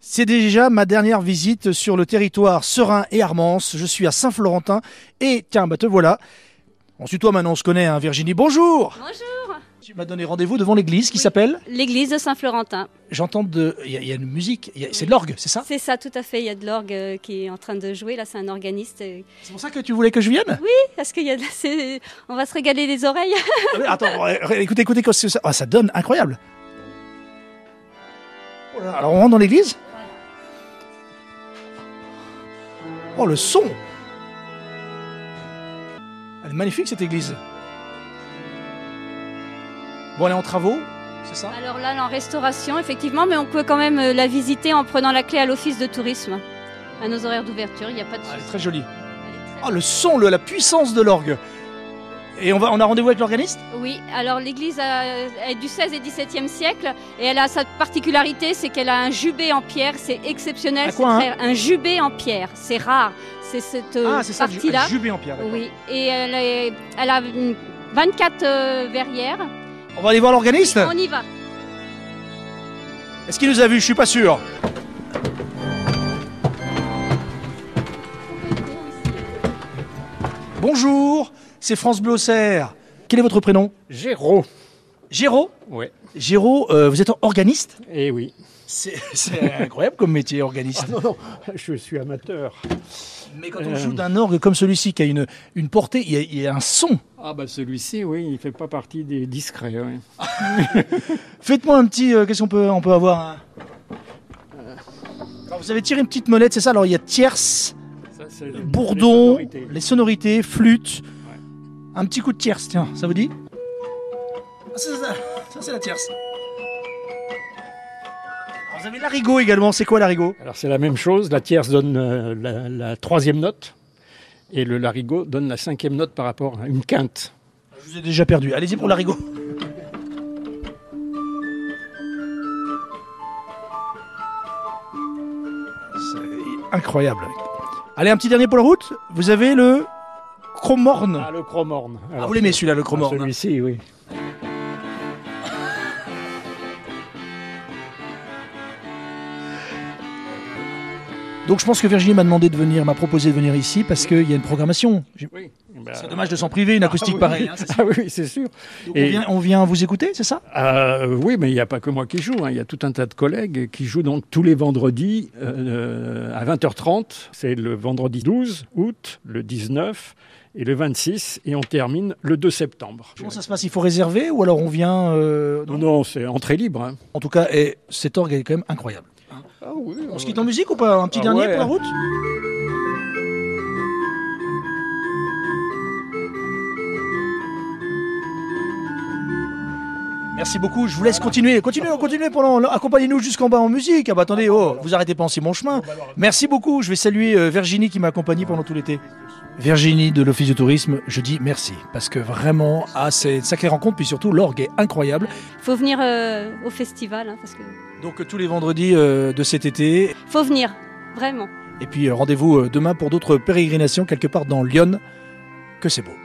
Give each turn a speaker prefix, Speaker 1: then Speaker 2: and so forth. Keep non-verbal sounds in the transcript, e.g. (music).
Speaker 1: C'est déjà ma dernière visite sur le territoire serein et armance. Je suis à Saint-Florentin et tiens, bah te voilà. On suit toi maintenant, on se connaît, hein, Virginie. Bonjour
Speaker 2: Bonjour
Speaker 1: Tu m'as donné rendez-vous devant l'église qui s'appelle
Speaker 2: L'église de Saint-Florentin.
Speaker 1: J'entends de. Il y, a- il y a une musique, il y a- c'est de l'orgue, c'est ça
Speaker 2: C'est ça, tout à fait. Il y a de l'orgue euh, qui est en train de jouer. Là, c'est un organiste. euh.
Speaker 1: C'est pour ça que tu voulais que je vienne
Speaker 2: Parce qu'il y a de la- c'est- On va se régaler les oreilles.
Speaker 1: Ah oui, Attends, euh, écoutez, écoutez, que ça, ah, ça donne incroyable. Oh là là, alors on rentre dans l'église Oh le son Elle est magnifique cette église. Bon, elle est en travaux, c'est ça
Speaker 2: (laughs) Alors là, elle est en restauration, effectivement, mais on peut quand même euh, la visiter en prenant la clé à l'office de tourisme. À nos horaires d'ouverture, il n'y a pas de
Speaker 1: Ah, Elle est
Speaker 2: souci.
Speaker 1: très jolie.
Speaker 2: Elle est très-
Speaker 1: Oh le son, le- la puissance de l'orgue. Et on, va, on a rendez-vous avec l'organiste
Speaker 2: Oui, alors l'église euh, est du 16 et 17e siècle et elle a sa particularité, c'est qu'elle a un jubé en pierre, c'est exceptionnel.
Speaker 1: Un
Speaker 2: c'est
Speaker 1: quoi, hein
Speaker 2: très- Un jubé en pierre, c'est rare. C'est cette euh,
Speaker 1: Ah, c'est ça, le ju-
Speaker 2: partie-là.
Speaker 1: le jubé en pierre. d'accord.
Speaker 2: Oui, et elle, est- elle a une- 24 euh, verrières.
Speaker 1: On va aller voir l'organiste
Speaker 2: On y va.
Speaker 1: Est-ce qu'il nous a vus Je suis pas sûr. Bonjour, c'est France Bleu Auxerre. Quel est votre prénom
Speaker 3: Géraud.
Speaker 1: Géraud
Speaker 3: Ouais.
Speaker 1: Géraud, euh, vous êtes organiste
Speaker 3: Eh oui.
Speaker 1: C'est (laughs) c'est incroyable comme métier, organiste. Euh.
Speaker 3: Non,
Speaker 1: (laughs)
Speaker 3: non, je suis amateur.
Speaker 1: Ah, Mais quand on joue d'un orgue comme celui-ci, qui a une, une portée, il y a, il y a un son.
Speaker 3: Ah bah celui-ci, oui, il fait pas partie des discrets. ouais.
Speaker 1: Faites-moi un petit... euh, Qu'est-ce qu'on peut, on peut avoir hein Alors, Vous avez tiré une petite molette, c'est ça Alors il y a tierce,
Speaker 3: Ça, c'est les-
Speaker 1: bourdon,
Speaker 3: les sonorités.
Speaker 1: les sonorités, flûte. Un petit coup de tierce, tiens, ça vous dit Ah, c'est ça, ça c'est la tierce. Alors, Vous avez l'arigot également, c'est quoi l'arigot
Speaker 3: Alors c'est la même chose, la tierce donne euh, la, la troisième note et le larigot donne la cinquième note par rapport à une quinte.
Speaker 1: Je vous ai déjà perdu, allez-y pour l'arigot. C'est incroyable. Allez, un petit dernier pour la route. Vous avez le chromorne.
Speaker 3: Ah, le chromorne.
Speaker 1: Ah,
Speaker 3: Alors,
Speaker 1: vous l'aimez celui-là, le
Speaker 3: ah,
Speaker 1: chromorne hein
Speaker 3: Celui-ci, oui.
Speaker 1: Donc je pense que Virginie m'a demandé de venir, m'a proposé de venir ici parce qu'il y a une programmation. J'ai-
Speaker 3: oui.
Speaker 1: C'est dommage de s'en priver, une acoustique
Speaker 3: oui.
Speaker 1: pareille.
Speaker 3: (laughs)
Speaker 1: hein, c'est sûr.
Speaker 3: Eh ben, Ah oui, c'est sûr.
Speaker 1: Donc, on,
Speaker 3: Et-
Speaker 1: vient, on vient vous écouter, c'est ça
Speaker 3: Euh, oui, mais il n'y a pas que moi qui joue. hein. Il y a tout un tas de collègues qui jouent donc tous les vendredis euh, à 20h30. C'est le vendredi 12 août, le 19 et le 26. Et on termine le 2 septembre.
Speaker 1: Comment ça se passe Il faut réserver ou alors on vient euh,
Speaker 3: Non, non, c'est entrée libre. hein.
Speaker 1: En tout cas, et cet orgue est quand même incroyable. On se quitte en musique ou pas Un petit
Speaker 3: Ah
Speaker 1: dernier
Speaker 3: ouais.
Speaker 1: pour la route Merci beaucoup, je vous laisse continuer. Continuez, continuez pendant. Accompagnez-nous jusqu'en bas en musique. Ah bah attendez, oh, vous arrêtez pas en si bon chemin. Merci beaucoup, je vais saluer euh, Virginie qui m'a accompagné pendant tout l'été. Virginie de l'Office du Tourisme, je dis merci. Parce que vraiment, ah, c'est une sacrée rencontre, puis surtout l'orgue est incroyable.
Speaker 2: Faut venir euh, au festival, hein, parce que
Speaker 1: Donc euh, tous les vendredis euh, de cet été,
Speaker 2: faut venir, vraiment.
Speaker 1: Et puis euh, rendez-vous euh, demain pour d'autres pérégrinations quelque part dans Lyon. Que c'est beau.